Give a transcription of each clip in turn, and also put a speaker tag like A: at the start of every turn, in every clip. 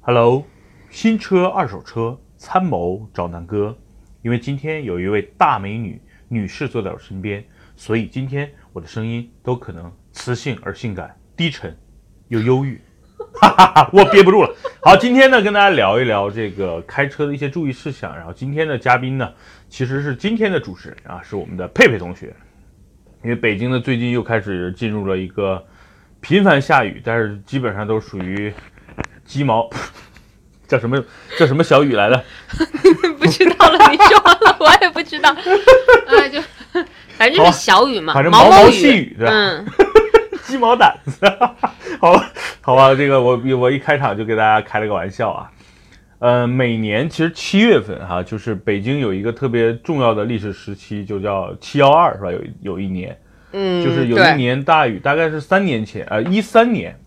A: Hello，新车、二手车，参谋找南哥。因为今天有一位大美女女士坐在我身边，所以今天我的声音都可能磁性而性感、低沉又忧郁。 哈哈哈，我憋不住了。好，今天呢，跟大家聊一聊这个开车的一些注意事项。然后今天的嘉宾呢，其实是今天的主持人啊，是我们的佩佩同学。因为北京呢，最近又开始进入了一个频繁下雨，但是基本上都属于鸡毛，叫什么叫什么小雨来的？
B: 不知道了，你说了， 我也不 知道。呃，就反正就是小雨嘛，
A: 反正
B: 毛
A: 毛
B: 雨，
A: 细雨对吧
B: 嗯，
A: 鸡毛掸子。 好吧，好吧，这个我我一开场就给大家开了个玩笑啊。呃，每年其实七月份哈、就是北京有一个特别重要的历史时期，就叫七幺二，是吧？有一有一年，
B: 嗯，
A: 就是有
B: 对
A: 一年大雨，大概是三年前，呃，一三年，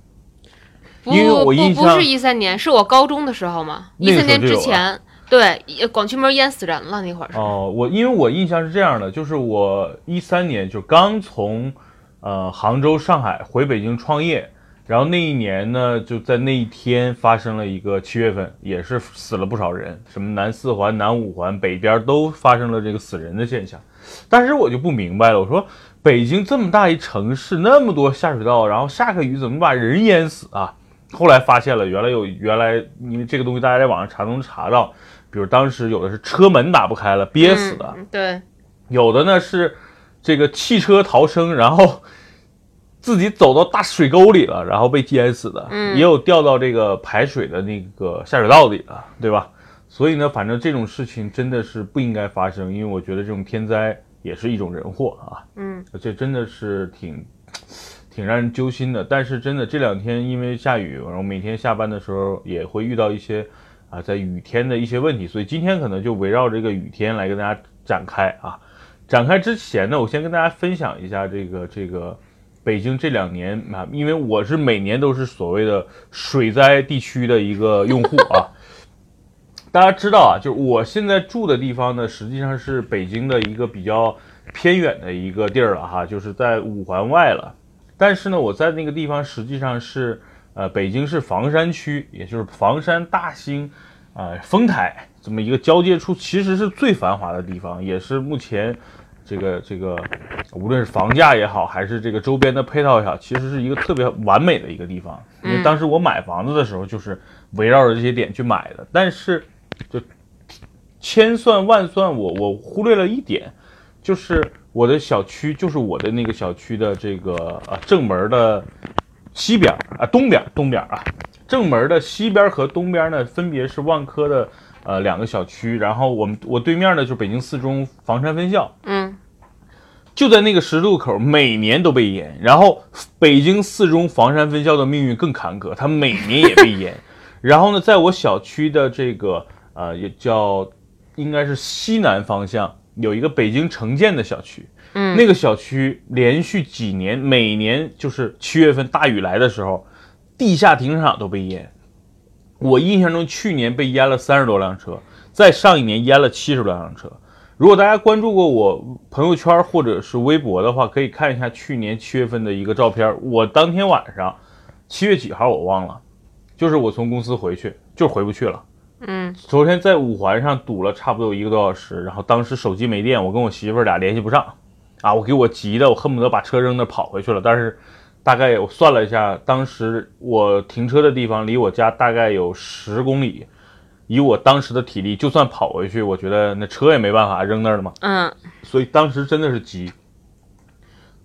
B: 不
A: 因为我印
B: 不不
A: 象
B: 是一三年，是我高中的时候嘛，
A: 那
B: 一
A: 个
B: 三
A: 时候
B: 年
A: 就
B: 之
A: 有
B: 前，对，也广渠门淹死人了那会儿是，
A: 哦，我因为我印象是这样的，就是我一三年就刚从呃杭州、上海回北京创业，然后那一年呢，就在那一天发生了一个七月份，也是死了不少人，什么南四环、南五环北边都发生了这个死人的现象。当时我就不明白了，我说北京这么大一城市，那么多下水道，然后下个雨怎么把人淹死啊？后来发现了，原来有原来因为这个东西，大家在网上查都能查到，比如当时有的是车门打不开了，憋死的，
B: 嗯，对，
A: 有的呢是这个汽车逃生，然后 自己走到大水沟里了，然后被淹死的，
B: 嗯
A: 也有掉到这个排水的那个下水道里了，对吧？所以呢，反正这种事情真的是不应该发生，因为我觉得这种天灾也是一种人祸啊。
B: 嗯，
A: 这真的是挺挺让人揪心的。但是真的这两天因为下雨，然后每天下班的时候也会遇到一些啊在雨天的一些问题，所以今天可能就围绕这个雨天来跟大家展开啊。展开之前呢，我先跟大家分享一下这个这个北京这两年啊，因为我是每年都是所谓的水灾地区的一个用户啊。大家知道啊，就是我现在住的地方呢，实际上是北京的一个比较偏远的一个地儿了哈，就是在五环外了。但是呢，我在那个地方实际上是呃北京市房山区，也就是房山、大兴、呃丰台这么一个交界处，其实是最繁华的地方，也是目前这个这个无论是房价也好，还是这个周边的配套也好，其实是一个特别完美的一个地方。因为
B: 嗯
A: 当时我买房子的时候，就是围绕着这些点去买的，但是就千算万算我，我忽略了一点，就是我的小区，就是我的那个小区的这个呃正门的西边儿啊，东边儿东边儿啊，正门的西边儿和东边儿呢，分别是万科的呃两个小区，然后我们我对面呢就是北京四中房山分校，
B: 嗯，
A: 就在那个十字路口，每年都被淹。然后北京四中房山分校的命运更坎坷，它每年也被淹。然后呢，在我小区的这个呃，也叫应该是西南方向有一个北京城建的小区，
B: 嗯
A: 那个小区连续几年，每年就是七月份大雨来的时候，地下停车场都被淹。我印象中去年被淹了三十多辆车，在上一年淹了七十多辆车。如果大家关注过我朋友圈或者是微博的话，可以看一下去年七月份的一个照片。我当天晚上，七月几号我忘了，就是我从公司回去，就回不去了。
B: 嗯，
A: 昨天在五环上堵了差不多有一个多小时，然后当时手机没电，我跟我媳妇儿俩联系不上，啊，我给我急的，我恨不得把车扔那儿跑回去了。但是大概我算了一下，当时我停车的地方离我家大概有十公里，以我当时的体力，就算跑回去，我觉得那车也没办法扔那儿了嘛。
B: 嗯，
A: 所以当时真的是急。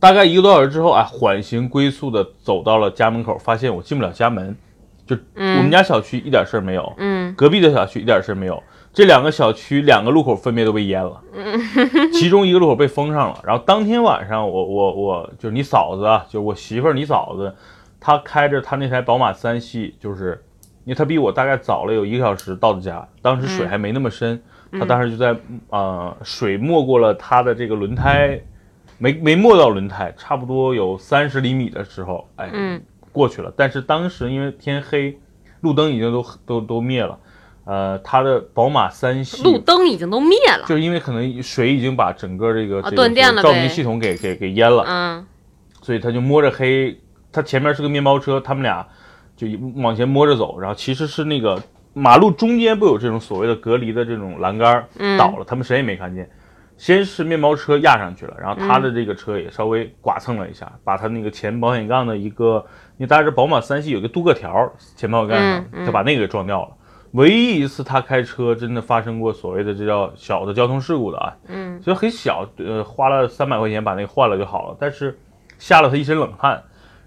A: 大概一个多小时之后啊，缓行归宿的走到了家门口，发现我进不了家门，就我
B: 嗯
A: 们家小区一点事儿没有，
B: 嗯，
A: 隔壁的小区一点事儿没有，这两个小区两个路口分别都被淹了，其中一个路口被封上了。然后当天晚上我，我我就是你嫂子啊，就是我媳妇儿，你嫂子，她开着她那台宝马三系，就是因为她比我大概早了有一个小时到的家，当时水还没那么深，她当时就在呃水没过了她的这个轮胎，没没没到轮胎，差不多有三十厘米的时候，哎，
B: 嗯
A: 过去了。但是当时因为天黑，路灯已经都都都灭了，呃，她的宝马三系
B: 路灯已经都灭了，
A: 就是因为可能水已经把整个这个、
B: 啊
A: 这个
B: 断电了
A: 照
B: 呗
A: 明系统给给给淹了，
B: 嗯
A: 所以他就摸着黑，他前面是个面包车，他们俩就一往前摸着走，然后其实是那个马路中间不有这种所谓的隔离的这种栏杆儿
B: 嗯
A: 倒了，他们谁也没看见。先是面包车压上去了，然后他的这个车也稍微剐蹭了一下，把他那个前保险杠的一个，因为大家知道宝马三系有个镀铬条儿，前保险杠上，
B: 嗯嗯
A: 他把那个给撞掉了。唯一一次他开车真的发生过所谓的这叫小的交通事故的啊，
B: 嗯
A: 所以很小，呃，花了三百块钱把那个换了就好了。但是吓了他一身冷汗。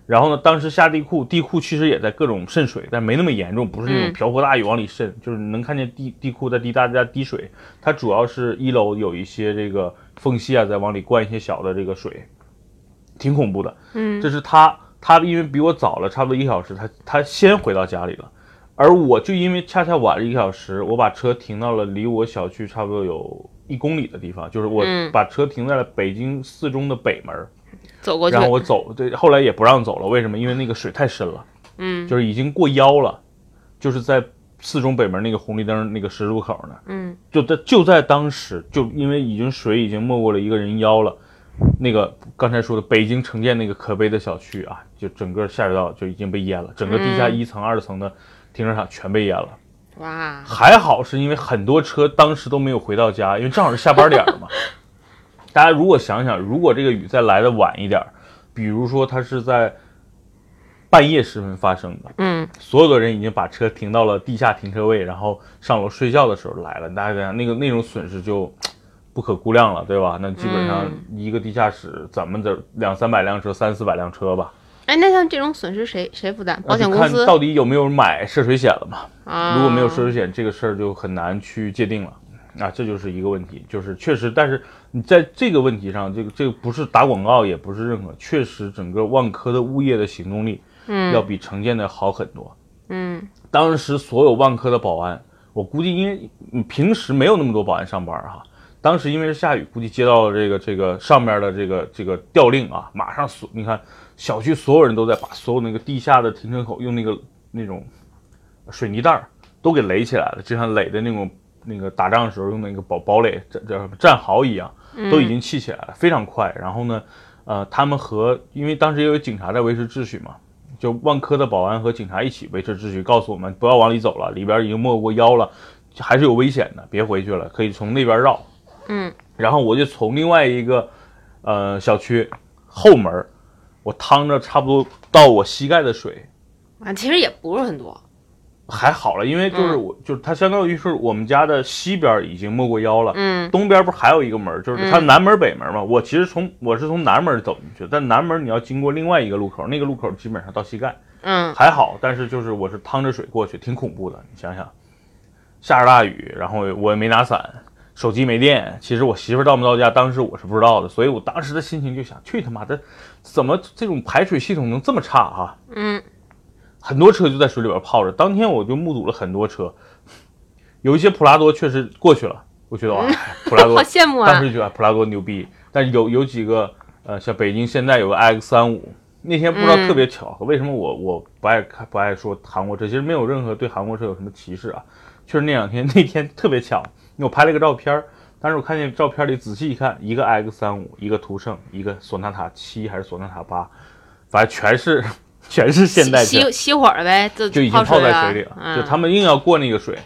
A: 然后呢，当时下地库，地库其实也在各种渗水，但没那么严重，不是那种
B: 嗯
A: 瓢泼大雨往里渗，就是能看见地地库在滴答滴答滴水。它主要是一楼有一些这个缝隙啊，在往里灌一些小的这个水，挺恐怖的。
B: 嗯
A: 这是他，他因为比我早了差不多一个小时，他他先回到家里了，而我就因为恰恰晚了一个小时，我把车停到了离我小区差不多有一公里的地方，就是我
B: 嗯
A: 把车停在了北京四中的北门儿，
B: 走过去
A: 然，后我走，对，后来也不让走了，为什么？因为那个水太深了，
B: 嗯
A: 就是已经过腰了，就是在四中北门那个红绿灯那个十字路口呢，
B: 嗯
A: 就在就在当时，就因为已经水已经没过了一个人腰了，那个刚才说的北京城建那个可悲的小区啊，就整个下水道就已经被淹了，整个地下
B: 嗯
A: 一层、二层的停车场全被淹了。
B: 哇，
A: 还好是因为很多车当时都没有回到家，因为正好是下班点儿嘛。大家如果想想，如果这个雨再来的晚一点儿，比如说它是在半夜时分发生的，
B: 嗯
A: 所有的人已经把车停到了地下停车位，然后上楼睡觉的时候来了，大家想想那个那种损失就不可估量了，对吧？那基本上
B: 嗯
A: 一个地下室怎么得两三百辆车、三四百辆车吧？
B: 哎，那像这种损失谁谁负担？保险
A: 那就
B: 公司
A: 呃看到底有没有人买涉水险了嘛？
B: 啊？
A: 如果没有涉水险，这个事儿就很难去界定了。啊，这就是一个问题，就是确实，但是你在这个问题上，这个这个不是打广告，也不是认可，确实整个万科的物业的行动力要
B: 嗯
A: 比城建的好很多。
B: 嗯
A: 当时所有万科的保安，我估计因为嗯平时没有那么多保安上班儿哈、当时因为是下雨，估计接到了这个这个上面的这个这个调令啊，马上所你看小区所有人都在把所有那个地下的停车口用那个那种水泥袋儿都给垒起来了，就像垒的那种那个打仗的时候用那个堡堡垒这这战壕一样，都已经砌起来了，非常快。然后呢，呃，他们和因为当时也有警察在维持秩序嘛，就万科的保安和警察一起维持秩序，告诉我们不要往里走了，里边已经没过腰了，还是有危险的，别回去了，可以从那边绕。
B: 嗯
A: 然后我就从另外一个呃小区后门儿，我趟着差不多到我膝盖的水，
B: 啊，其实也不是很多，
A: 还好了，因为就是我、就是它相当于是我们家的西边已经没过腰了。
B: 嗯
A: 东边不是还有一个门儿，就是它南门北门嘛。我其实从我是从南门走进去，但南门你要经过另外一个路口，那个路口基本上到膝盖，
B: 嗯
A: 还好。但是就是我是趟着水过去，挺恐怖的。你想想，下着大雨，然后我也没拿伞，手机没电。其实我媳妇儿到没到家，当时我是不知道的，所以我当时的心情就想，去他妈的，怎么这种排水系统能这么差哈、
B: 嗯
A: 很多车就在水里边泡着。当天我就目睹了很多车，有一些普拉多确实过去了，我觉得哇，普拉多
B: 好羡慕啊
A: 当时就觉得普拉多牛逼，但是有有几个呃，像北京现在有个 iX 三五，那天不知道
B: 嗯
A: 特别巧合，为什么我我不爱看不爱说韩国车，其实没有任何对韩国车有什么歧视啊，就是那两天 那天特别巧，因为我拍了一个照片儿。当时我看见照片里仔细一看，一个 X 三五，一个途胜，一个索纳塔七还是索纳塔八，反正全是 全是现代车，
B: 熄熄火了呗，就
A: 就已经
B: 泡
A: 泡
B: 水
A: 在水里了，
B: 嗯
A: 就他们硬要过那个水，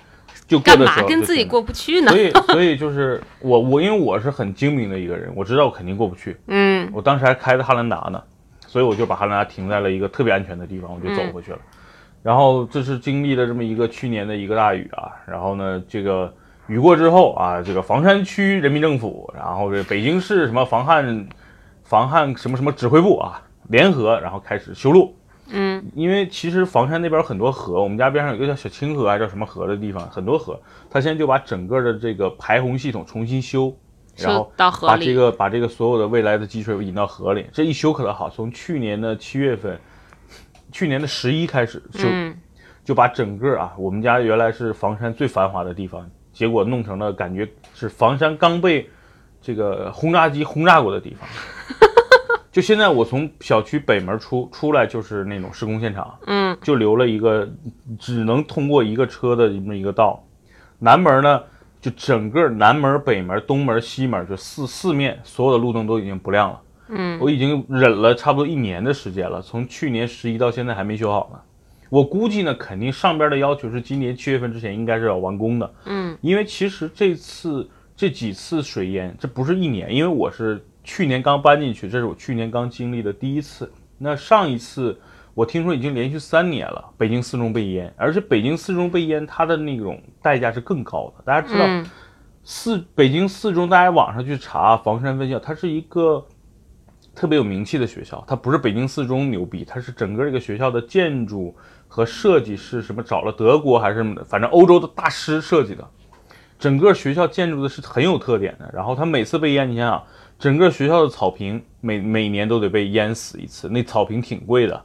A: 就过
B: 干
A: 的时
B: 嘛
A: 候
B: 跟
A: 就
B: 自己
A: 停
B: 过不去呢
A: 了。所？以，所以就是我我因为我是很精明的一个人，我知道我肯定过不去。
B: 嗯
A: 我当时还开着汉兰达呢，所以我就把汉兰达停在了一个特别安全的地方，我就走回去了。然后这是经历了这么一个去年的一个大雨啊，然后呢，这个雨过之后啊，这个房山区人民政府，然后这北京市什么防旱防旱什么什么指挥部啊，联合然后开始修路。
B: 嗯
A: 因为其实房山那边有很多河，我们家边上有一个叫小清河还是啊叫什么河的地方，很多河，它现在就把整个的这个排洪系统重新修，然后
B: 收到河
A: 把
B: 里
A: 这个把这个所有的未来的积水引到河里。这一修可倒好，从去年的七月份，去年的十一开始修，
B: 嗯
A: 就把整个啊，我们家原来是房山最繁华的地方，结果弄成了感觉是房山刚被这个轰炸机轰炸过的地 方。就现在，我从小区北门出出来就是那种施工现场，
B: 嗯
A: 就留了一个只能通过一个车的这么一个道。南门呢，就整个南门、北门、东门、西门，就四四面所有的路灯都已经不亮了。
B: 嗯
A: 我已经忍了差不多一年的时间了，从去年十一到现在还没修好呢。我估计呢，肯定上边的要求是今年七月份之前应该是要完工的，
B: 嗯
A: 因为其实这次这几次水淹，这不是一年，因为我是去年刚搬进去，这是我去年刚经历的第一次。那上一次我听说已经连续三年了，北京四中被淹，而且北京四中被淹，它的那种代价是更高的。大家知道，
B: 嗯
A: 四北京四中，大家网上去查房山分校，它是一个特别有名气的学校，它不是北京四中牛逼，它是整个这个学校的建筑和设计是什么找了德国还是什么的，反正欧洲的大师设计的，整个学校建筑的是很有特点的。然后它每次被淹，你想想，啊整个学校的草坪每每年都得被淹死一次，那草坪挺贵的。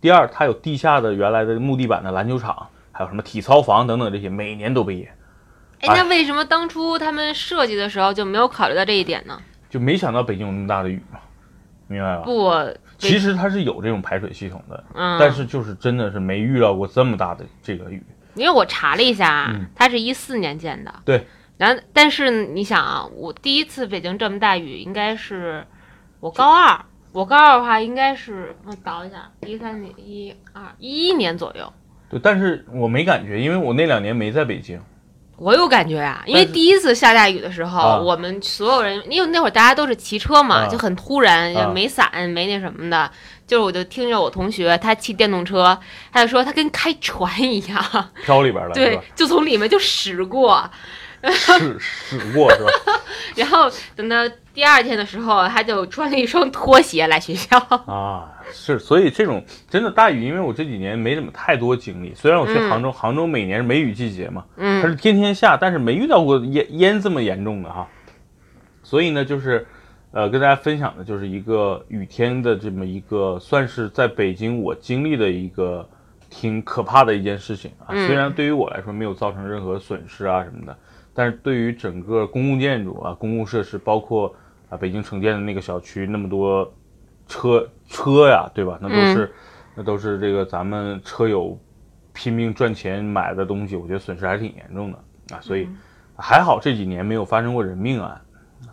A: 第二，它有地下的原来的木地板的篮球场，还有什么体操房等等这些，每年都被淹。
B: 哎，那为什么当初他们设计的时候就没有考虑到这一点呢？
A: 就没想到北京有那么大的雨嘛，明白吧？
B: 不，
A: 其实它是有这种排水系统的，
B: 嗯，
A: 但是就是真的是没遇到过这么大的这个雨。
B: 因为我查了一下啊，
A: 嗯
B: 它是一四年建的。
A: 对。
B: 然后，但是你想啊，我第一次北京这么大雨，应该是我高二。我高二的话，应该是我倒一下，一三年、一二、一一年左右。
A: 对，但是我没感觉，因为我那两年没在北京。
B: 我有感觉啊，因为
A: 但是
B: 第一次下大雨的时候，
A: 啊
B: 我们所有人，因为那会儿大家都是骑车嘛，
A: 啊
B: 就很突然，
A: 啊
B: 也没伞，没那什么的。就是我就听着我同学他骑电动车，他就说他跟开船一样，
A: 飘里边了，是
B: 对
A: 吧？，
B: 就从里面就驶 过。
A: 是是过是吧？
B: 然后等到第二天的时候，他就穿了一双拖鞋来学校。
A: 啊，是，所以这种真的大雨，因为我这几年没怎么太多经历。虽然我去
B: 嗯
A: 杭州，杭州每年是梅雨季节嘛，它
B: 嗯
A: 是天天下，但是没遇到过淹淹这么严重的哈。所以呢，就是呃，跟大家分享的就是一个雨天的这么一个，算是在北京我经历的一个挺可怕的一件事情啊。
B: 嗯
A: 虽然对于我来说没有造成任何损失啊什么的，但是对于整个公共建筑啊、公共设施，包括啊北京城建的那个小区那么多车车呀，对吧？那都
B: 嗯
A: 是、那都是这个咱们车友拼命赚钱买的东西，我觉得损失还挺严重的啊。所
B: 嗯
A: 以还好这几年没有发生过人命案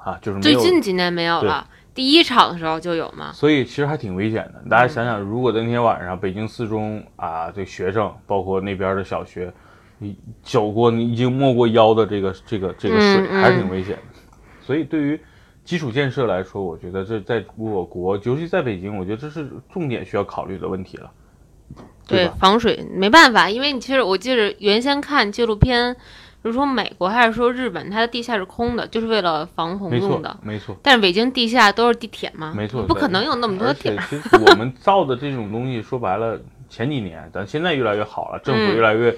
A: 啊，就是没
B: 最
A: 有。
B: 近几年没有了，第一场的时候就有嘛。
A: 所以其实还挺危险的。大
B: 嗯
A: 家想想，如果那天晚上北京四中啊，这学生包括那边的小学，你走过你已经没过腰的这个这个这个水，
B: 嗯嗯
A: 还是挺危险的。所以对于基础建设来说，我觉得这在我国，尤其在北京，我觉得这是重点需要考虑的问题了，对吧？
B: 防水没办法，因为你其实我记得原先看纪录片，就是说美国还是说日本，它的地下是空的，就是为了防洪
A: 没错
B: 用的。，
A: 没错。
B: 但是北京地下都是地铁嘛，
A: 没错
B: 不可能有那么多
A: 而
B: 地
A: 且
B: 儿。
A: 其 实我们造的这种东西，说白了，前几年，咱现在越来越好了，政府
B: 嗯
A: 越来越、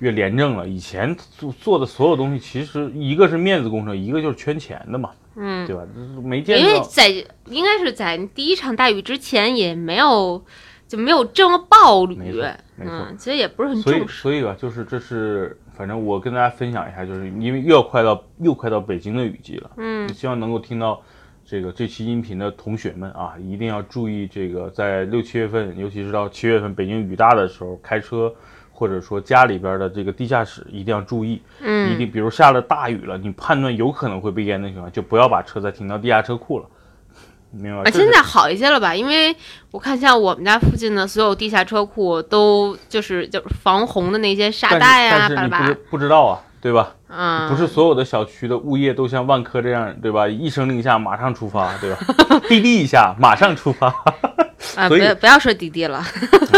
A: 越廉政了。以前做做的所有东西，其实一个是面子工程，一个就是圈钱的嘛，
B: 嗯，
A: 对吧？就是没见
B: 因为
A: 到，
B: 在应该是在第一场大雨之前也没有就没有这么暴
A: 没
B: 雨
A: 错，没错
B: 嗯，其实也不是很
A: 所以
B: 重视。
A: 所以吧，就是这是，反正我跟大家分享一下，就是因为又要快到又快到北京的雨季了，
B: 嗯
A: 希望能够听到这个这期音频的同学们啊，一定要注意这个，在六七月份，尤其是到七月份，北京雨大的时候，开车或者说家里边的这个地下室一定要注意，一
B: 嗯，
A: 定，比如下了大雨了，你判断有可能会被淹的情况，就不要把车再停到地下车库了， 明白
B: 啊，
A: 吧？
B: 现在好一些了吧？因为我看像我们家附近的所有地下车库都就是就是防洪的那些沙
A: 但是
B: 袋啊呀、
A: 但是
B: 巴
A: 你不
B: 拉巴
A: 是
B: 拉，
A: 不知道啊，对吧？
B: 嗯，
A: 不是所有的小区的物业都像万科这样，对吧？一声令下马上出发，对吧？ 滴滴一下马上出发，
B: 啊，不
A: 所以
B: 要不要说滴滴了，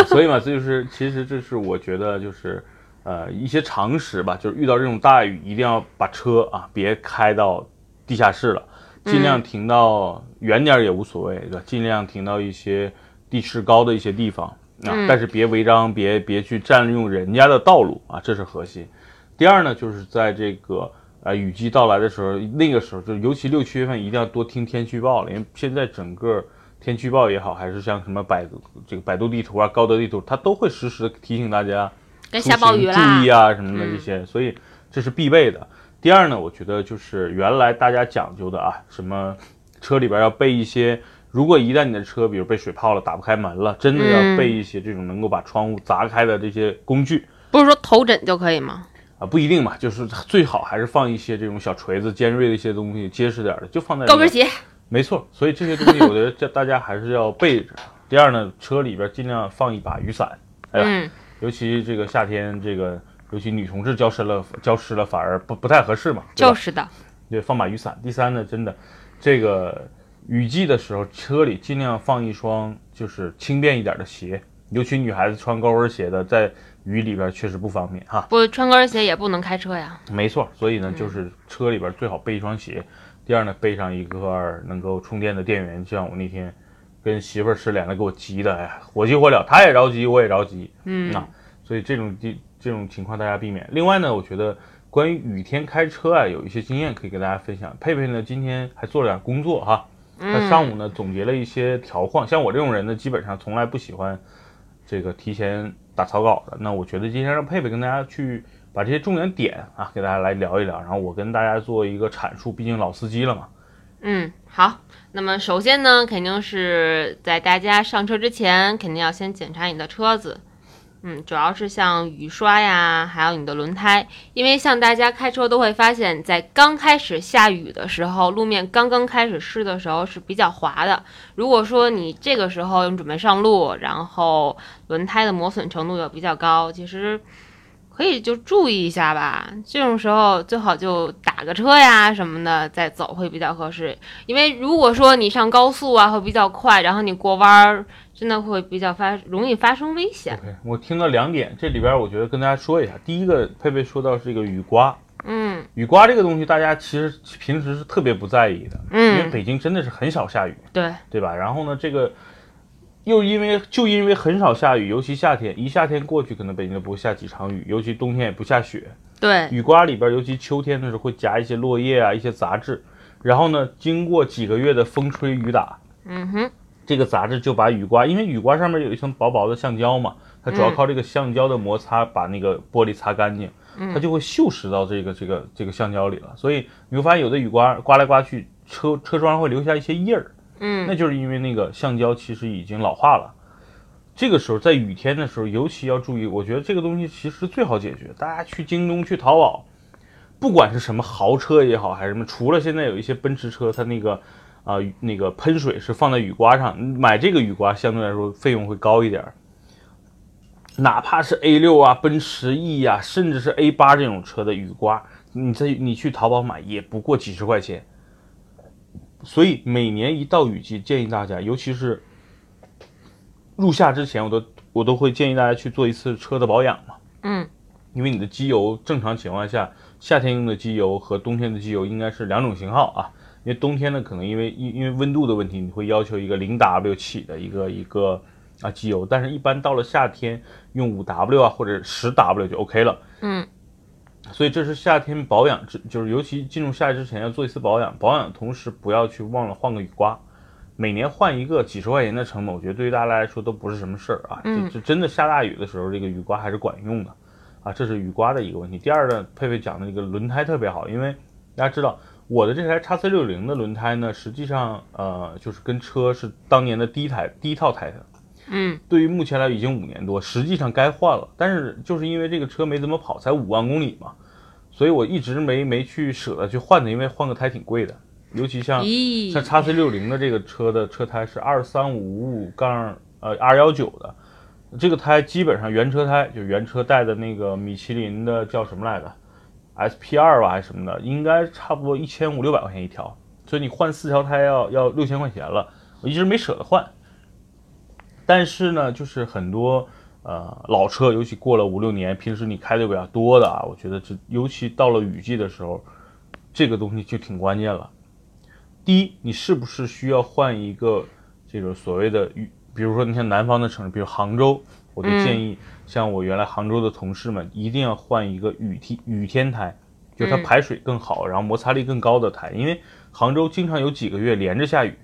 A: 所以嘛，这就是其实这是我觉得就是呃一些常识吧，就是遇到这种大雨，一定要把车啊别开到地下室了，尽量停到远点儿也无所谓，对吧？尽量停到一些地势高的一些地方啊，
B: 嗯
A: 但是别违章，别别去占用人家的道路啊，这是核心。第二呢，就是在这个呃雨季到来的时候，那个时候就尤其六七月份一定要多听天气预报了，因为现在整个天气预报也好，还是像什么百度这个百度地图啊、高德地图，它都会实时的提醒大家
B: 该
A: 出
B: 嗯下暴
A: 行
B: 雨啦。
A: 注意啊什么的
B: 嗯
A: 这些，所以这是必备的。第二呢，我觉得就是原来大家讲究的啊，什么车里边要备一些，如果一旦你的车比如被水泡了，打不开门了，真的
B: 嗯
A: 要备一些这种能够把窗户砸开的这些工具。
B: 不是说头枕就可以吗？
A: 啊，不一定嘛，就是最好还是放一些这种小锤子、尖锐的一些东西，结实点儿的，就放在
B: 高
A: 那
B: 跟
A: 个
B: 鞋，
A: 没错，所以这些东西我觉得这大家还是要备着。第二呢，车里边尽量放一把雨伞，哎呀，
B: 嗯，
A: 尤其这个夏天，这个尤其女同志浇湿了，浇湿了反而不不太合适嘛，对吧
B: 就是的，
A: 对，放把雨伞。第三呢，真的，这个雨季的时候，车里尽量放一双就是轻便一点的鞋，尤其女孩子穿高跟鞋的，在雨里边确实不方便哈。
B: 不穿高跟鞋也不能开车呀。
A: 没错，所以呢，就是车里边最好备一双鞋。第二呢，备上一个能够充电的电源。就像我那天跟媳妇儿失联了，给我急的，哎呀，火急火燎，她也着急，我也着急。
B: 嗯，
A: 啊，所以这种地这种情况大家避免。另外呢，我觉得关于雨天开车啊，有一些经验可以给大家分享。佩佩呢，今天还做了点工作哈，他
B: 嗯，
A: 上午呢总结了一些条况。像我这种人呢，基本上从来不喜欢这个提前打草稿的。那我觉得今天让佩佩跟大家去把这些重点点啊，给大家来聊一聊，然后我跟大家做一个阐述。毕竟老司机了嘛，
B: 嗯，好。那么首先呢，肯定是在大家上车之前，肯定要先检查你的车子。嗯，主要是像雨刷呀，还有你的轮胎，因为像大家开车都会发现，在刚开始下雨的时候，路面刚刚开始湿的时候是比较滑的。如果说你这个时候你准备上路，然后轮胎的磨损程度又比较高，其实可以就注意一下吧。这种时候最好就打个车呀什么的再走会比较合适，因为如果说你上高速啊会比较快，然后你过弯儿真的会比较发容易发生危险。
A: OK，我听到两点，这里边我觉得跟大家说一下。第一个，佩佩说到这个雨刮，
B: 嗯
A: 雨刮这个东西大家其实平时是特别不在意的，因为
B: 嗯，
A: 北京真的是很少下雨，
B: 对，
A: 对吧？然后呢，这个又因为就因为很少下雨，尤其夏天，一夏天过去，可能北京都不会下几场雨，尤其冬天也不下雪。
B: 对，
A: 雨刮里边，尤其秋天的时候会夹一些落叶啊，一些杂质。然后呢，经过几个月的风吹雨打，
B: 嗯哼，
A: 这个杂质就把雨刮，因为雨刮上面有一层薄薄的橡胶嘛，它主要
B: 嗯
A: 靠这个橡胶的摩擦把那个玻璃擦干净，
B: 嗯
A: 它就会锈蚀到这个这个这个橡胶里了。所以你会发现有的雨刮刮来刮去，车车窗上会留下一些印儿，那
B: 嗯
A: 就是因为那个橡胶其实已经老化了。这个时候在雨天的时候尤其要注意，我觉得这个东西其实最好解决，大家去京东去淘宝，不管是什么豪车也好还是什么，除了现在有一些奔驰车它那个啊、那个喷水是放在雨刮上，买这个雨刮相对来说费用会高一点儿。哪怕是 A 六啊、奔驰 E 呀、甚至是 A 八这种车的雨刮，你在你去淘宝买也不过几十块钱。所以每年一到雨季，建议大家，尤其是入夏之前，我都我都会建议大家去做一次车的保养嘛，
B: 嗯
A: 因为你的机油正常情况下，夏天用的机油和冬天的机油应该是两种型号啊。因为冬天呢，可能因为因因为温度的问题，你会要求一个零 W 起的一个一个啊机油，但是一般到了夏天用五 W 啊或者十 W 就 OK 了。
B: 嗯
A: 所以这是夏天保养之，就是尤其进入夏季之前要做一次保养。保养的同时不要去忘了换个雨刮，每年换一个几十块钱的成本，我觉得对于大家来说都不是什么事儿啊。
B: 嗯
A: 这这真的下大雨的时候，这个雨刮还是管用的啊。这是雨刮的一个问题。第二呢，佩佩讲的这个轮胎特别好，因为大家知道我的这台叉 C 六零的轮胎呢，实际上呃就是跟车是当年的第一台第一套胎的，
B: 嗯
A: 对于目前来已经五年多，实际上该换了，但是就是因为这个车没怎么跑，才五万公里嘛，所以我一直没没去舍得去换它，因为换个胎挺贵的，尤其像啊像
B: 咦，
A: 叉 C 六零的这个车的车胎是二三五五杠呃二幺九的，这个胎基本上原车胎就原车带的那个米其林的叫什么来着，SP 二吧还是什么的，应该差不多一千五六百块钱一条，所以你换四条胎要要六千块钱了，我一直没舍得换。但是呢，就是很多呃老车，尤其过了五六年，平时你开的比较多的啊，我觉得这尤其到了雨季的时候，这个东西就挺关键了。第一，你是不是需要换一个这个所谓的雨，比如说你像南方的城市，比如杭州，我就
B: 嗯
A: 建议像我原来杭州的同事们，一定要换一个雨天雨天胎，就是它
B: 嗯
A: 排水更好，然后摩擦力更高的胎，因为杭州经常有几个月连着下雨，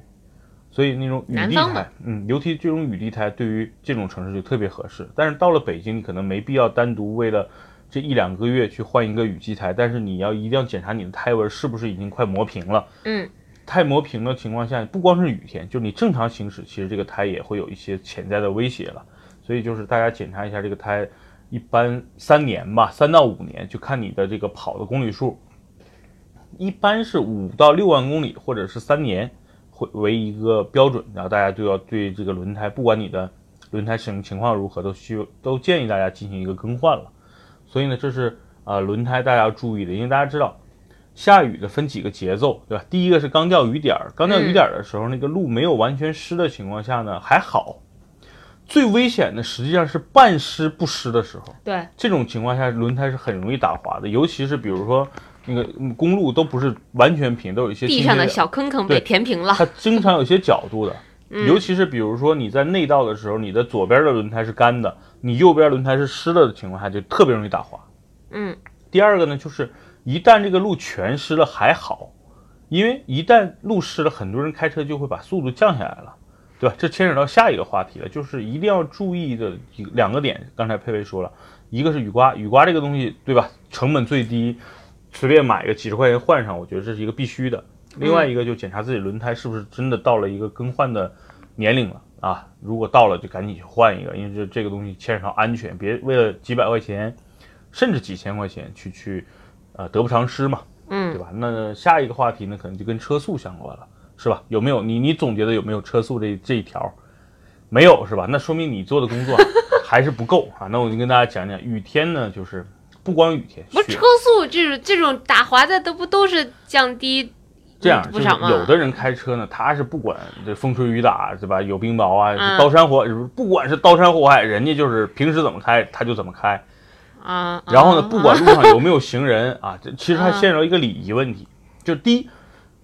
A: 所以那种雨
B: 南
A: 地
B: 方
A: 胎
B: 的，
A: 嗯，尤其这种雨地胎对于这种城市就特别合适。但是到了北京，你可能没必要单独为了这一两个月去换一个雨季胎，但是你要一定要检查你的胎纹是不是已经快磨平了。
B: 嗯
A: 太磨平的情况下，不光是雨天，就是你正常行驶，其实这个胎也会有一些潜在的威胁了。所以就是大家检查一下这个胎，一般三年吧，三到五年，就看你的这个跑的公里数，一般是五到六万公里或者是三年，会为一个标准。然后大家就要对这个轮胎，不管你的轮胎情情况如何，都需都建议大家进行一个更换了。所以呢，这是啊、呃轮胎大家要注意的，因为大家知道下雨的分几个节奏，对吧？第一个是刚掉雨点儿，刚掉雨点儿的时候，那个路没有完全湿的情况下呢，还好。最危险的实际上是半湿不湿的时候，
B: 对，
A: 这种情况下轮胎是很容易打滑的，尤其是比如说那个嗯公路都不是完全平，都有一些
B: 地
A: 倾
B: 上的
A: 斜
B: 小坑坑被
A: 对
B: 填平了，
A: 它经常有些角度的，
B: 嗯
A: 尤其是比如说你在内道的时候，你的左边的轮胎是干的，你右边轮胎是湿了的情况下，就特别容易打滑。
B: 嗯，
A: 第二个呢，就是一旦这个路全湿了还好，因为一旦路湿了，很多人开车就会把速度降下来了，对吧？这牵扯到下一个话题了，就是一定要注意的一两个点。刚才佩佩说了，一个是雨刮，雨刮这个东西，对吧？成本最低，随便买个几十块钱换上，我觉得这是一个必须的。另外一个就检查自己轮胎是不是真的到了一个更换的年龄了啊，如果到了就赶紧去换一个，因为这这个东西牵扯到安全，别为了几百块钱，甚至几千块钱去去，呃，得不偿失嘛，对
B: 嗯，
A: 吧？那下一个话题呢，可能就跟车速相关了，是吧？有没有你你总结的有没有车速这这一条？没有是吧？那说明你做的工作还是不够啊。那我就跟大家讲讲，雨天呢，就是不光雨天，
B: 不是
A: 雪
B: 车速这种这种打滑的都不都是降低
A: 这样，
B: 不啊
A: 就是
B: 少吗
A: 有的人开车呢，他是不管这风吹雨打，对吧？有冰雹啊，
B: 嗯
A: 刀山火，不管是刀山火海，人家就是平时怎么开他就怎么开。
B: 啊？
A: 然后呢，
B: 啊
A: 不管路上有没有行人啊，这其实还
B: 嗯
A: 陷入到一个礼仪问题，就第一，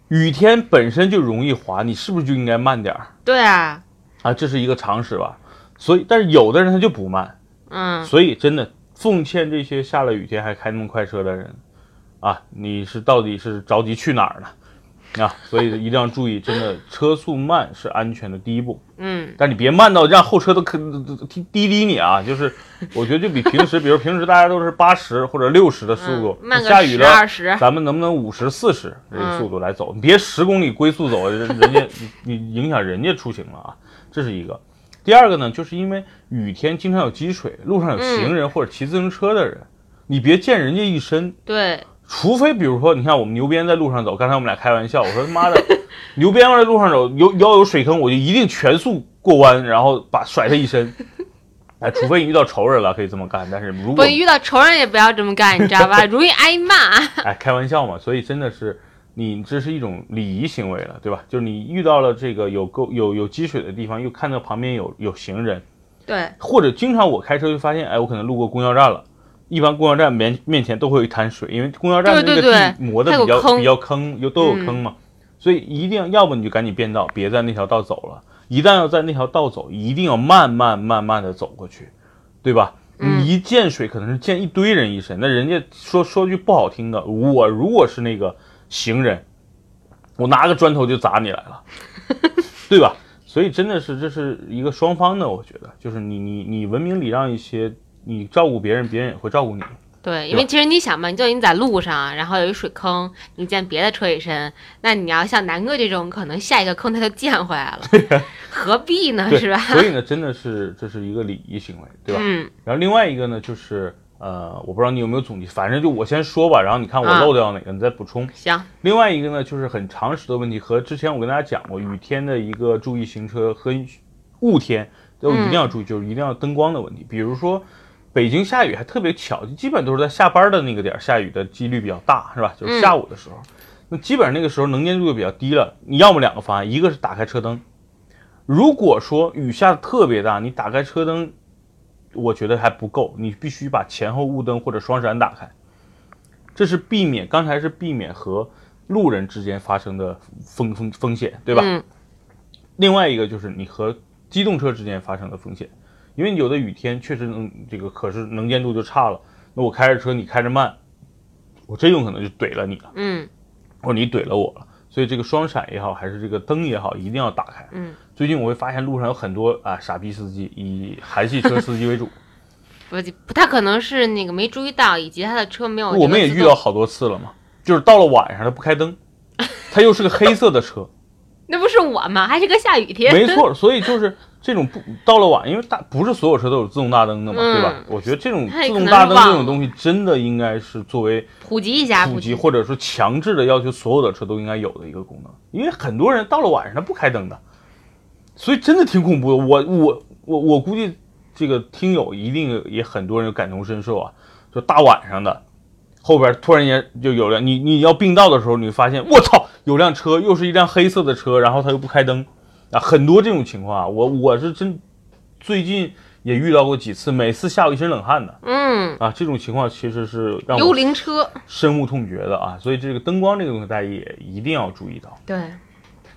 A: 雨天本身就容易滑，你是不是就应该慢点儿
B: 对啊，
A: 啊？这是一个常识吧。所以，但是有的人他就不慢，
B: 嗯，
A: 所以真的奉劝这些下了雨天还开那么快车的人，啊，你是到底是着急去哪儿呢？啊，所以一定要注意，真的车速慢是安全的第一步，
B: 嗯，
A: 但你别慢到让后车都可滴滴滴你啊！就是我觉得就比平时，比如平时大家都是八十或者六十的速度，
B: 嗯慢个
A: 下雨
B: 十二
A: 了，
B: 十，
A: 咱们能不能五十四十这个
B: 嗯
A: 速度来走？你别十公里龟速走，人人家你你影响人家出行了啊，这是一个。第二个呢，就是因为雨天经常有积水，路上有行
B: 嗯
A: 人或者骑自行车的人，你别溅人家一身。
B: 对，
A: 除非比如说，你看我们牛鞭在路上走，刚才我们俩开玩笑，我说 妈的，牛鞭要在路上走，有要有水坑，我就一定全速过弯，然后把甩他一身。 哎，除非你遇到仇人了，可以这么干。但是如
B: 不
A: 果
B: 遇到仇人也不要这么干，你知道吧？ 容易挨骂。
A: 哎，开玩笑嘛，所以真的是你这是一种礼仪行为了，对吧？就是你遇到了这个有沟有有积水的地方，又看到旁边有有行人，
B: 对，
A: 或者经常我开车就发现，哎，我可能路过公交站了。一般公交站面面前都会有一滩水，因为公交站的那
B: 对
A: 个
B: 对对
A: 地磨的
B: 它有
A: 比较
B: 坑嗯
A: 比较坑，有都有坑嘛，所以一定要要不你就赶紧变道，别在那条道走了。一旦要在那条道走，一定要慢慢慢慢的走过去，对吧？
B: 嗯
A: 你一溅水可能是溅一堆人一身，那人家说说句不好听的，我如果是那个行人，我拿个砖头就砸你来 了，对吧？所以真的是这是一个双方的，我觉得就是你你你文明礼让一些，你照顾别人，别人也会照顾你。
B: 啊对，因为其实你想嘛，你就你在路上，然后有一水坑，你溅别的车一身，那你要像南哥这种，可能下一个坑他就溅回来了，何必呢？
A: 对
B: 是，吧？
A: 所以呢，真的是这是一个礼仪行为，对吧？
B: 嗯
A: 然后另外一个呢，就是呃，我不知道你有没有总结，反正就我先说吧，然后你看我
B: 啊
A: 漏掉哪个，你再补充。
B: 行，
A: 另外一个呢，就是很常识的问题，和之前我跟大家讲过，雨天的一个注意行车和雾天都一定要注意，就是一定要灯光的问题。比如说，北京下雨还特别巧，就基本都是在下班的那个点儿下雨的几率比较大，是吧？就是下午的时候，那基本上那个时候能见度就比较低了。你要么两个方案，一个是打开车灯，如果说雨下的特别大，你打开车灯，我觉得还不够，你必须把前后雾灯或者双闪打开，这是避免刚才是避免和路人之间发生的风风风险，对吧？
B: 嗯
A: 另外一个就是你和机动车之间发生的风险，因为有的雨天确实能这个可是能见度就差了，那我开着车你开着慢，我真有可能就怼了你了，
B: 嗯
A: 或者你怼了我了。所以这个双闪也好，还是这个灯也好，一定要打开。
B: 嗯，
A: 最近我会发现路上有很多啊傻逼司机，以韩系车司机为 主，
B: 不不太可能是那个没注意到，以及他的车没有。
A: 我们也遇到，好多次了嘛，就是到了晚上他不开 灯，他又是个黑色的车，
B: 那不是我吗？还是个下雨天。
A: 没错，所以就是这种不到了晚，因为大不是所有车都有自动大灯的嘛，
B: 嗯
A: 对吧？我觉得这种
B: 它也
A: 自
B: 可
A: 动
B: 能
A: 大灯
B: 忘
A: 这种
B: 了
A: 东西，真的应该是作为
B: 普及一下，
A: 普及
B: 及。
A: 或者说强制的要求所有的车都应该有的一个功能，因为很多人到了晚上他不开灯的，所以真的挺恐怖的。我我我我估计这个听友一定也很多人感同身受啊，就大晚上的，后边突然间就有辆你你要并道的时候，你会发现我操，有辆车又是一辆黑色的车，然后它又不开灯啊，很多这种情况啊，我我是真最近也遇到过几次，每次吓我一身冷汗的
B: 嗯，
A: 啊，这种情况其实是让
B: 幽
A: 我
B: 灵车，
A: 深恶痛绝的啊，所以这个灯光这个东西大家也一定要注意到。
B: 对，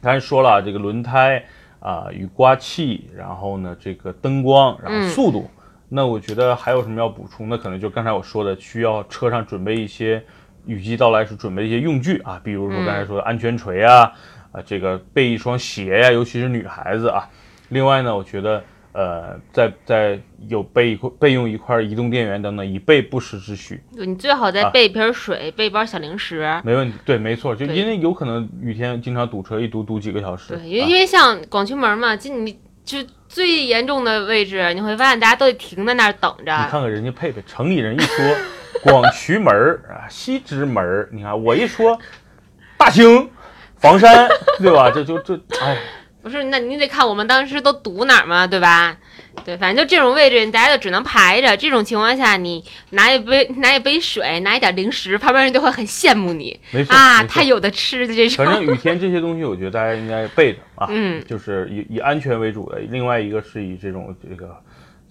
A: 刚才说了这个轮胎啊、雨刮器，然后呢这个灯光，然后
B: 嗯
A: 速度。那我觉得还有什么要补充的？可能就刚才我说的，需要车上准备一些雨季到来时准备一些用具啊，比如说
B: 嗯
A: 刚才说的安全锤啊，啊这个备一双鞋呀、尤其是女孩子啊。另外呢，我觉得呃，在在有备一块备用一块移动电源等等，以备不时之需。
B: 你最好再
A: 啊
B: 备一瓶水，备一包小零食。
A: 没问题，对，没错，就
B: 对
A: 因为有可能雨天经常堵车，一堵堵几个小时。
B: 对，因为
A: 啊
B: 因为像广渠门嘛，进你就最严重的位置，你会发现大家都得停在那儿等
A: 你
B: 着。
A: 看看人家佩佩，城里人一说广渠门儿啊、西直门儿，你看我一说大兴、房山，对吧？这就这，哎，
B: 不是，那你得看我们当时都堵哪儿嘛，对吧？对，反正就这种位置，大家就只能排着。这种情况下，你拿一杯拿一杯水，拿一点零食，旁边人就会很羡慕你
A: 没事
B: 啊，
A: 没事
B: 他有的吃的这种。
A: 反正雨天这些东西，我觉得大家应该备着啊，
B: 嗯
A: 就是以以安全为主的，另外一个是以这种这个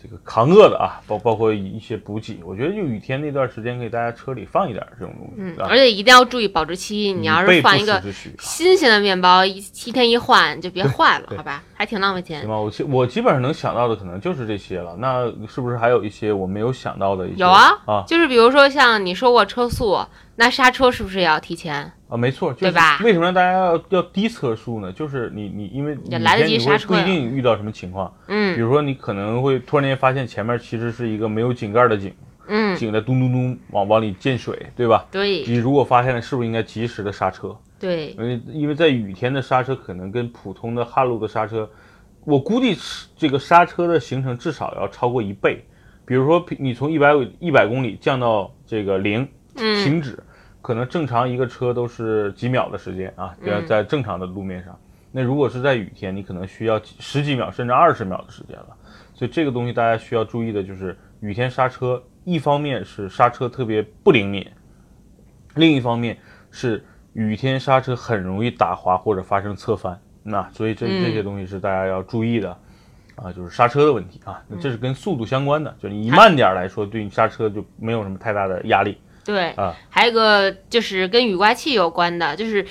A: 这个扛饿的啊，包包括一些补给，我觉得就雨天那段时间，给大家车里放一点儿这种东
B: 嗯
A: 西，啊嗯
B: 而，且一定要注意保质期。你要
A: 以备
B: 是放
A: 不时
B: 一个
A: 之需啊
B: 新鲜的面包，一七天一换就别坏了，
A: 对
B: 好吧？还挺浪费
A: 行
B: 钱。
A: 吧，我基我基本上能想到的可能就是这些了。那是不是还有一些我没有想到的一些？
B: 有啊
A: 啊
B: 就是比如说像你说过车速，那刹车是不是也要提前？
A: 啊，没错，就是、
B: 对吧
A: 为什么让大家要要低车速呢？就是你你因为
B: 也
A: 雨
B: 来得
A: 天
B: 及
A: 你
B: 刹
A: 会
B: 车
A: 不一
B: 呀
A: 定遇到什么情况，比
B: 嗯
A: 如说你可能会突然间发现前面其实是一个没有井盖的井，
B: 嗯，
A: 井在咚咚咚往往里溅水，对吧？
B: 对
A: 你如果发现了，是不是应该及时的刹车？
B: 对，
A: 因为呃因为在雨天的刹车可能跟普通的旱路的刹车，我估计是这个刹车的行程至少要超过一倍。比如说，你从一百一百公里降到这个零
B: 嗯
A: 停止，可能正常一个车都是几秒的时间啊，在
B: 嗯
A: 在正常的路面上。那如果是在雨天，你可能需要几十几秒甚至二十秒的时间了。所以这个东西大家需要注意的就是，雨天刹车，一方面是刹车特别不灵敏，另一方面是雨天刹车很容易打滑或者发生侧翻。那所以这
B: 嗯
A: 这些东西是大家要注意的。啊，就是刹车的问题啊，那这是
B: 嗯
A: 跟速度相关的，就是你一慢点儿来说，对你刹车就没有什么太大的压力。
B: 对
A: 啊。
B: 还有一个就是跟雨刮器有关的，就是。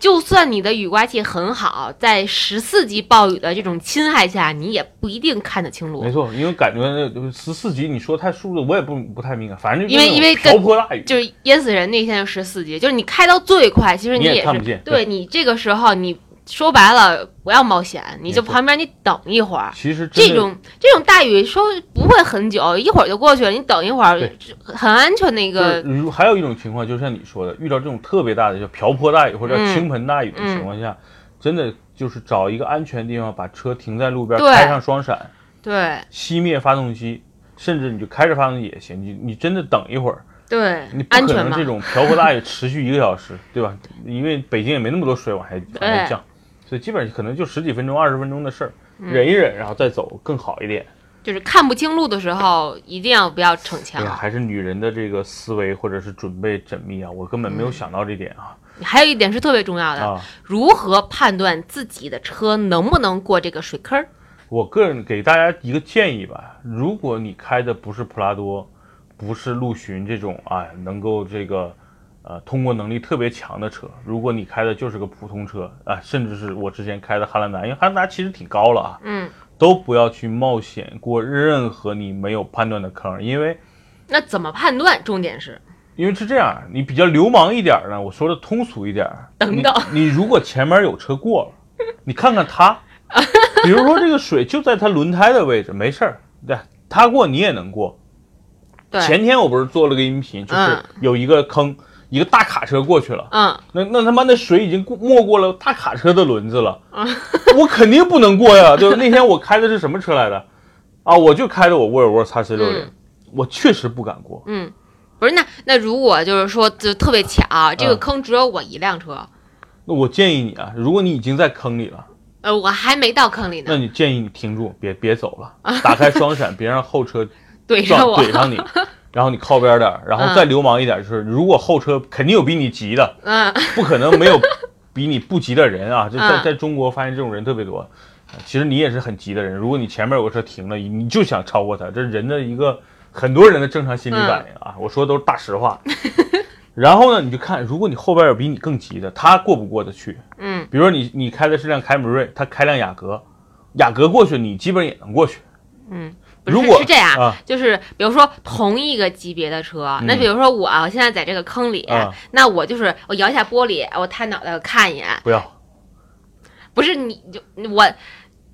B: 就算你的雨刮器很好，在十四级暴雨的这种侵害下，你也不一定看得清
A: 没
B: 路，
A: 错，因为感觉十四级你说太数了，我也不不太敏感，反正就
B: 因为
A: 是那种
B: 因为
A: 瓢泼大雨，
B: 就是淹死人那天就十四级，就是你开到最快，其实
A: 你
B: 也
A: 也
B: 是
A: 看不见
B: 对你这个时候，你说白了不要冒险，你就
A: 没错
B: 旁边你等一会儿，
A: 其实真
B: 这
A: 的
B: 种这种大雨说不会很久，一会儿就过去了。你等一会儿
A: 对，
B: 很安全的一
A: 就是
B: 个，
A: 如还有一种情况，就像你说的，遇到这种特别大的叫瓢泼大雨或者叫
B: 嗯
A: 倾盆大雨的
B: 嗯
A: 情况下，真的就是找一个安全地方，把车停在路边，
B: 对
A: 开上双闪，
B: 对
A: 熄灭发动机，甚至你就开着发动机也行，你你真的等一会儿，
B: 对
A: 你，不
B: 安
A: 可
B: 全
A: 能
B: 嘛
A: 这。种瓢泼大雨持续一个小时，对吧？因为北京也没那么多水往下往
B: 哎
A: 下降，所以基本上可能就十几分钟、二十分钟的事儿，忍一忍，然后再走更好一点。
B: 就是看不清路的时候，一定要不要逞
A: 哎呀，
B: 强。
A: 还是女人的这个思维或者是准备缜密啊，我根本没
B: 嗯
A: 有想到这点啊、
B: 还有一点是特别重要的，
A: 啊！
B: 如何判断自己的车能不能过这个水坑儿？
A: 我个人给大家一个建议吧，如果你开的不是普拉多，不是陆巡这种啊，能够这个呃通过能力特别强的车，如果你开的就是个普通车啊，甚至是我之前开的汉兰达，因为汉兰达其实挺高了啊，
B: 嗯，
A: 都不要去冒险过任何你没有判断的坑，因为
B: 那怎么判断？重点是
A: 因为是这样，你比较流氓一点呢，我说的通俗一点，
B: 等等
A: 你，你如果前面有车过了，你看看 他，比如说这个水就在他轮胎的位置，没事儿，对，他过你也能过。
B: 对，
A: 前天我不是做了个音频，就是
B: 嗯
A: 有一个坑，一个大卡车过去了，
B: 嗯，
A: 那那他妈那水已经过没过了大卡车的轮子了，
B: 啊
A: 我肯定不能过呀！就是那天我开的是什么车来的？啊，我就开的我沃尔沃 x C 六零
B: 嗯，
A: 我确实不敢过。
B: 不是那那如果就是说就特别巧，这个
A: 嗯
B: 坑只有我一辆车，
A: 那我建议你啊，如果你已经在坑里了，
B: 呃，我还没到坑里呢
A: 那，你建议你停住，别别走了，打开双闪，别让后车
B: 怼着
A: 撞
B: 啊我，
A: 怼上 你，然后你靠边点儿，然后再流氓一点，就是如果后车肯定有比你急的，
B: 嗯，
A: 不可能 没有比你不急的人啊！这在
B: 嗯
A: 在中国发现这种人特别多。呃其实你也是很急的人，如果你前面有个车停了，你就想超过他，这是人的一个很多人的正常心理反
B: 嗯
A: 应啊！我说的都是大实话。 然后呢，你就看，如果你后边有比你更急的，他过不过得去？
B: 嗯
A: 比如说你你开的是辆凯美瑞，他开辆雅阁，雅阁过去你基本也能过去。
B: 嗯。不是
A: 如果
B: 是这样，
A: 啊
B: 就是比如说同一个级别的车，那
A: 嗯
B: 比如说我啊，我现在在这个坑里，
A: 啊
B: 那我就是我摇一下玻璃，我探脑袋我看一眼，
A: 不要，
B: 不是你就我，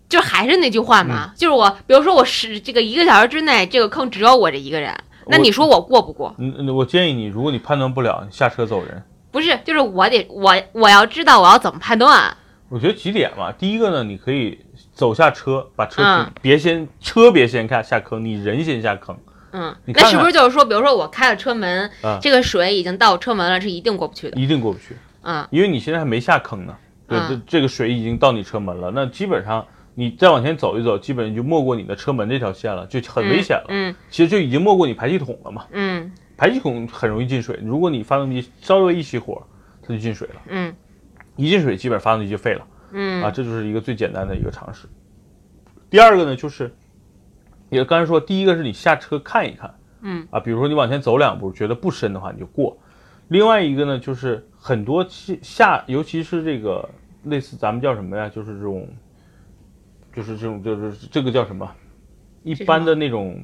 B: 就还是那句话
A: 嗯
B: 嘛，就是我，比如说我是这个一个小时之内，这个坑只有我这一个人，那
A: 我
B: 你说我过不过？
A: 嗯，嗯我建议你，如果你判断不了，你下车走人。
B: 不是，就是我得我我要知道我要怎么判断，
A: 我觉得几点嘛，第一个呢，你可以走下车，把车停，
B: 嗯
A: 别先车别先看下坑，你人先下坑。
B: 嗯，
A: 你看看
B: 那是不是就是说，比如说我开了车门，
A: 啊
B: 这个水已经到车门了，是一定过不去的，
A: 一定过不去，
B: 嗯
A: 因为你现在还没下坑呢。对，
B: 嗯
A: 这这个水已经到你车门了，那基本上你再往前走一走，基本就没过你的车门这条线了，就很危险了。
B: 嗯
A: 其实就已经没过你排气筒了嘛，
B: 嗯
A: 排气筒很容易进水，如果你发动机稍微一熄火，它就进水了，
B: 嗯
A: 一进水基本发动机就废了。
B: 嗯
A: 啊，这就是一个最简单的一个常识。第二个呢，就是也刚才说，第一个是你下车看一看，
B: 嗯
A: 啊，比如说你往前走两步，觉得不深的话，你就过。另外一个呢，就是很多下下，尤其是这个类似咱们叫什么呀，就是这种，就是这种，就是这个叫什么？一
B: 是什
A: 般
B: 么
A: 的那种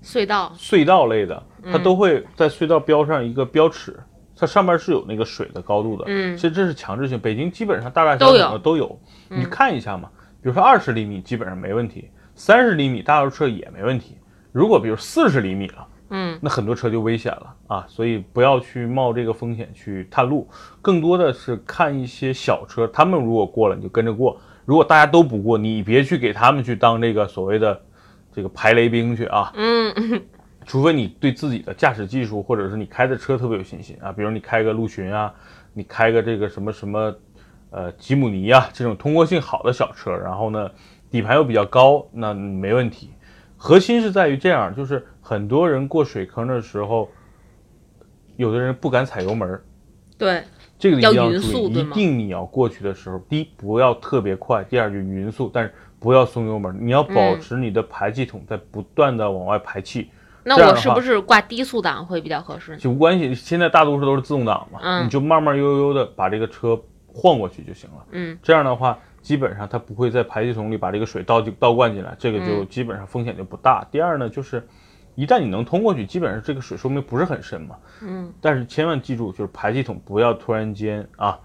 B: 隧道，
A: 隧道类的，
B: 嗯
A: 它都会在隧道标上一个标尺，它上面是有那个水的高度的。
B: 嗯
A: 其实这是强制性，北京基本上大大小
B: 都
A: 小
B: 有嗯
A: 的都有。你看一下嘛，比如说二十厘米基本上没问题，三十厘米大多数车也没问题。如果比如四十厘米了，
B: 嗯
A: 那很多车就危险了啊，所以不要去冒这个风险去探路，更多的是看一些小车，他们如果过了你就跟着过，如果大家都不过，你别去给他们去当这个所谓的这个排雷兵去啊，
B: 嗯嗯
A: 除非你对自己的驾驶技术，或者是你开的车特别有信心啊，比如你开个陆巡啊，你开个这个什么什么，呃，吉姆尼啊这种通过性好的小车，然后呢，底盘又比较高，那你没问题。核心是在于这样，就是很多人过水坑的时候，有的人不敢踩油门儿，
B: 对，
A: 这个一定
B: 要
A: 要
B: 匀
A: 注
B: 速
A: 意，
B: 对
A: 一
B: 吗
A: 定你要过去的时候，第一不要特别快，第二就匀速，但是不要松油门儿，你要保
B: 嗯
A: 持你的排气筒在不断的往外排气。
B: 那
A: 这样
B: 我
A: 的
B: 是
A: 话
B: 不是挂低速档会比较合适呢？
A: 就无关系。现在大多数都是自动挡嘛，
B: 嗯
A: 你就慢慢悠悠的把这个车晃过去就行了。
B: 嗯
A: 这样的话，基本上它不会在排气筒里把这个水倒进倒灌进来，这个就基本上风险就不大。第二呢，就是一旦你能通过去，基本上这个水说明不是很深嘛。
B: 嗯
A: 但是千万记住，就是排气筒不要突然间啊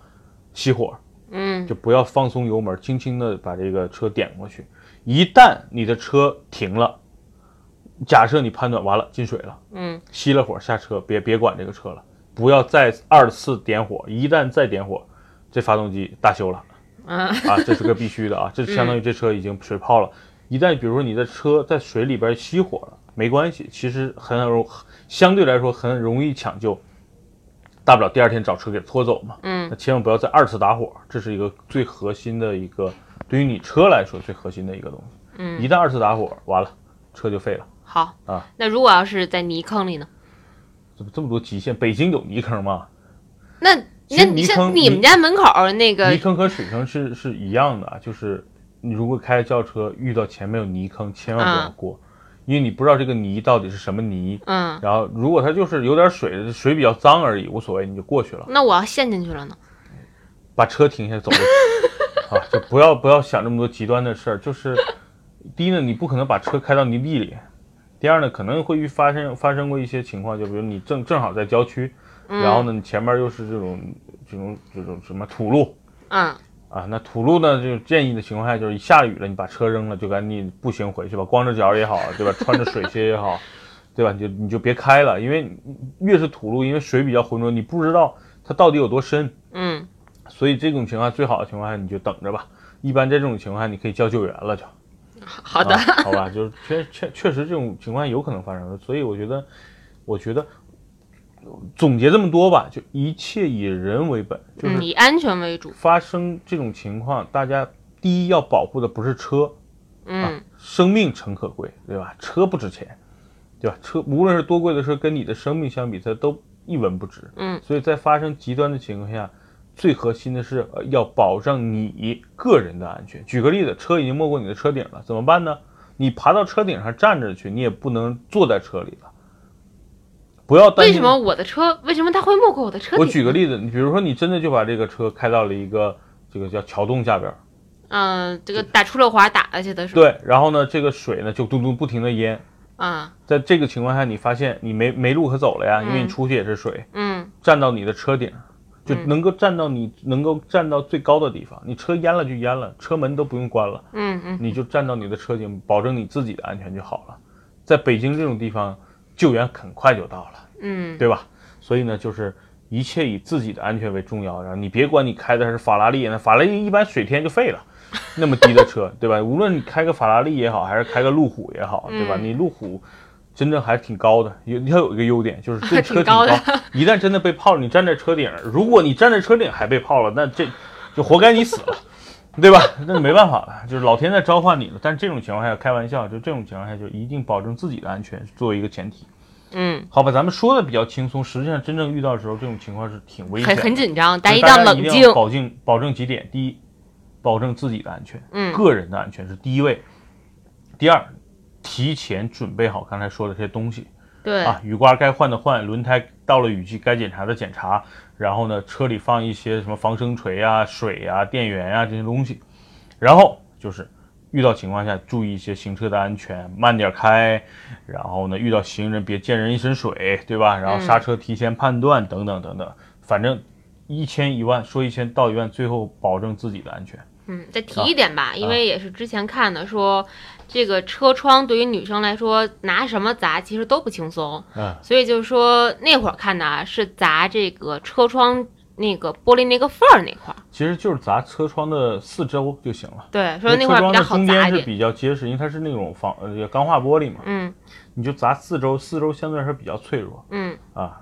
A: 熄火，
B: 嗯
A: 就不要放松油门，轻轻的把这个车点过去。一旦你的车停了，假设你判断完了进水了。
B: 嗯
A: 熄了火下车，别别管这个车了，不要再二次点火，一旦再点火，这发动机大修了
B: 嗯
A: 啊，这是个必须的啊，这相当于这车已经水泡了。一旦比如说你的车在水里边熄火了，没关系，其实很容相对来说很容易抢救，大不了第二天找车给拖走嘛。
B: 嗯
A: 那千万不要再二次打火，这是一个最核心的一个，对于你车来说最核心的一个东西。
B: 嗯
A: 一旦二次打火，完了，车就废了。
B: 好
A: 啊。
B: 那如果要是在泥坑里呢？
A: 怎么这么多极限？北京有泥坑吗？
B: 那
A: 其
B: 那
A: 实
B: 你
A: 泥
B: 像
A: 坑
B: 你们
A: 泥
B: 家门口儿那
A: 泥
B: 个，
A: 坑和水坑是是一样的啊，就是你如果开轿车遇到前面有泥坑，千万不要过，因为你不知道这个泥到底是什么泥。
B: 嗯，
A: 然后如果它就是有点水，水比较脏而已，无所谓，你就过去了，
B: 那我要陷进去了呢？
A: 把车停下走就行啊，就不要不要想这么多极端的事儿。就是第一呢，你不可能把车开到泥地里；第二呢，可能会遇发生发生过一些情况，就比如你正正好在郊区，然后呢，你前面又是这种这种这种什么土路，
B: 嗯
A: 啊，那土路呢，就建议的情况下就是一下雨了，你把车扔了，就赶紧步行回去吧，光着脚也好，对吧？穿着水鞋也好，对吧？你就你就别开了，因为你越是土路，因为水比较浑浊，你不知道它到底有多深，
B: 嗯
A: 所以这种情况下最好的情况下你就等着吧。一般在这种情况下，你可以叫救援了就。
B: 好的，
A: 啊，好吧，就是确确确实这种情况有可能发生的，所以我觉得，我觉得总结这么多吧，就一切以人为本，就是
B: 嗯，以安全为主。
A: 发生这种情况，大家第一要保护的不是车，
B: 嗯，
A: 生命诚可贵，对吧？车不值钱，对吧？车无论是多贵的车，跟你的生命相比，它都一文不值。
B: 嗯，
A: 所以在发生极端的情况下，最核心的是呃要保证你个人的安全。举个例子，车已经没过你的车顶了，怎么办呢？你爬到车顶上站着去，你也不能坐在车里了。不要担
B: 为
A: 心
B: 什么我的车为什么它会没过我的车顶？
A: 我举个例子，你比如说你真的就把这个车开到了一个这个叫桥洞下边儿，
B: 嗯、这个打出溜滑打下去的是吧？
A: 对，然后呢，这个水呢就嘟嘟不停的淹，
B: 啊，
A: 在这个情况下，你发现你没没路可走了呀，因为你出去也是水，
B: 嗯
A: 站到你的车顶，就能够站到你能够站到最高的地方，你车淹了就淹了，车门都不用关了，
B: 嗯嗯，
A: 你就站到你的车顶，保证你自己的安全就好了。在北京这种地方，救援很快就到了。
B: 嗯，
A: 对吧？所以呢，就是一切以自己的安全为重要。然后你别管你开的是法拉利，那法拉利一般水天就废了，那么低的车， 对吧？无论你开个法拉利也好，还是开个路虎也好，对吧？
B: 嗯
A: 你路虎真正还挺高的，有它有一个优点就是 这车
B: 挺高的
A: 一旦真的被泡了，你站在车顶，如果你站在车顶还被泡了，那这就活该你死了。对吧？那没办法了，就是老天在召唤你了。但这种情况下，开玩笑，就这种情况下，就一定保证自己的安全作为一个前提。
B: 嗯，
A: 好吧，咱们说的比较轻松，实际上真正遇到的时候，这种情况是挺危险
B: 很
A: 的。
B: 很紧张，
A: 所
B: 但
A: 以
B: 一
A: 大
B: 定
A: 家
B: 冷
A: 一定
B: 静
A: 要。保证保证几点：第一，保证自己的安全，
B: 嗯
A: 个人的安全是第一位；第二，提前准备好刚才说的这些东西
B: 对，
A: 啊，雨刮该换的换，轮胎到了雨季该检查的检查，然后呢，车里放一些什么防生锤啊、水啊、电源啊这些东西，然后就是。遇到情况下，注意一些行车的安全，慢点开，然后呢，遇到行人别溅人一身水，对吧？然后
B: 嗯
A: 刹车提前判断，等等等等，反正一千一万，说一千道一万，最后保证自己的安全。
B: 嗯，再提
A: 啊
B: 一点吧，因为也是之前看的说，这个车窗对于女生来说拿什么砸其实都不轻松，
A: 嗯，
B: 所以就是说那会儿看的啊是砸这个车窗那个玻璃那个缝儿那块儿，
A: 其实就是砸车窗的四周就行了。
B: 对，说
A: 因为
B: 那
A: 车
B: 块
A: 窗
B: 儿比较
A: 的
B: 好
A: 中
B: 砸
A: 间
B: 一
A: 是
B: 点，
A: 比较结实，因为它是那种防呃钢化玻璃嘛，
B: 嗯
A: 你就砸四周，四周相对来说比较脆弱
B: 嗯
A: 啊。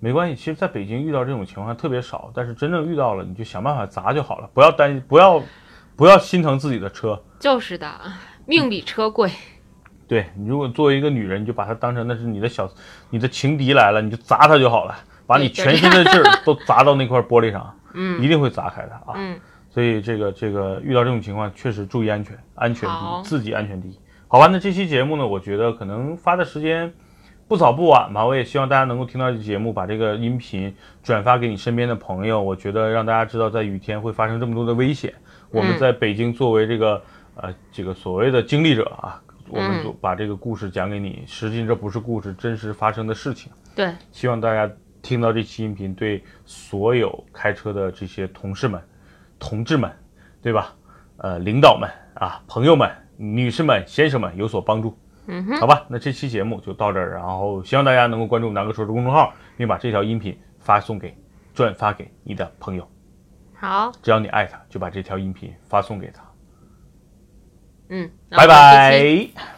A: 没关系，其实在北京遇到这种情况特别少，但是真正遇到了，你就想办法砸就好了，不要担，不要，不要心疼自己的车。
B: 就是的，命比车贵，
A: 对你，如果作为一个女人，你就把她当成那是你的小，你的情敌来了，你就砸她就好了，把你
B: 对对
A: 全身的劲儿都砸到那块玻璃上，
B: 嗯
A: 一定会砸开的啊。
B: 嗯，
A: 所以这个这个遇到这种情况，确实注意安全，安全第
B: 好
A: 一，自己安全第一。好吧，那这期节目呢，我觉得可能发的时间不早不晚吧，我也希望大家能够听到这期节目，把这个音频转发给你身边的朋友。我觉得让大家知道，在雨天会发生这么多的危险。我们在北京作为这个、呃这个所谓的经历者啊，我们就把这个故事讲给你。实际这不是故事，真实发生的事情。
B: 对，
A: 希望大家听到这期音频，对所有开车的这些同事们、同志们，对吧？呃，领导们啊，朋友们、女士们、先生们有所帮助。
B: 嗯哼，
A: 好吧，那这期节目就到这儿，然后希望大家能够关注南哥说的公众号，并把这条音频发送给、转发给你的朋友，
B: 好，
A: 只要你爱他，就把这条音频发送给他。
B: 嗯，那
A: 拜
B: 我们这期
A: 拜。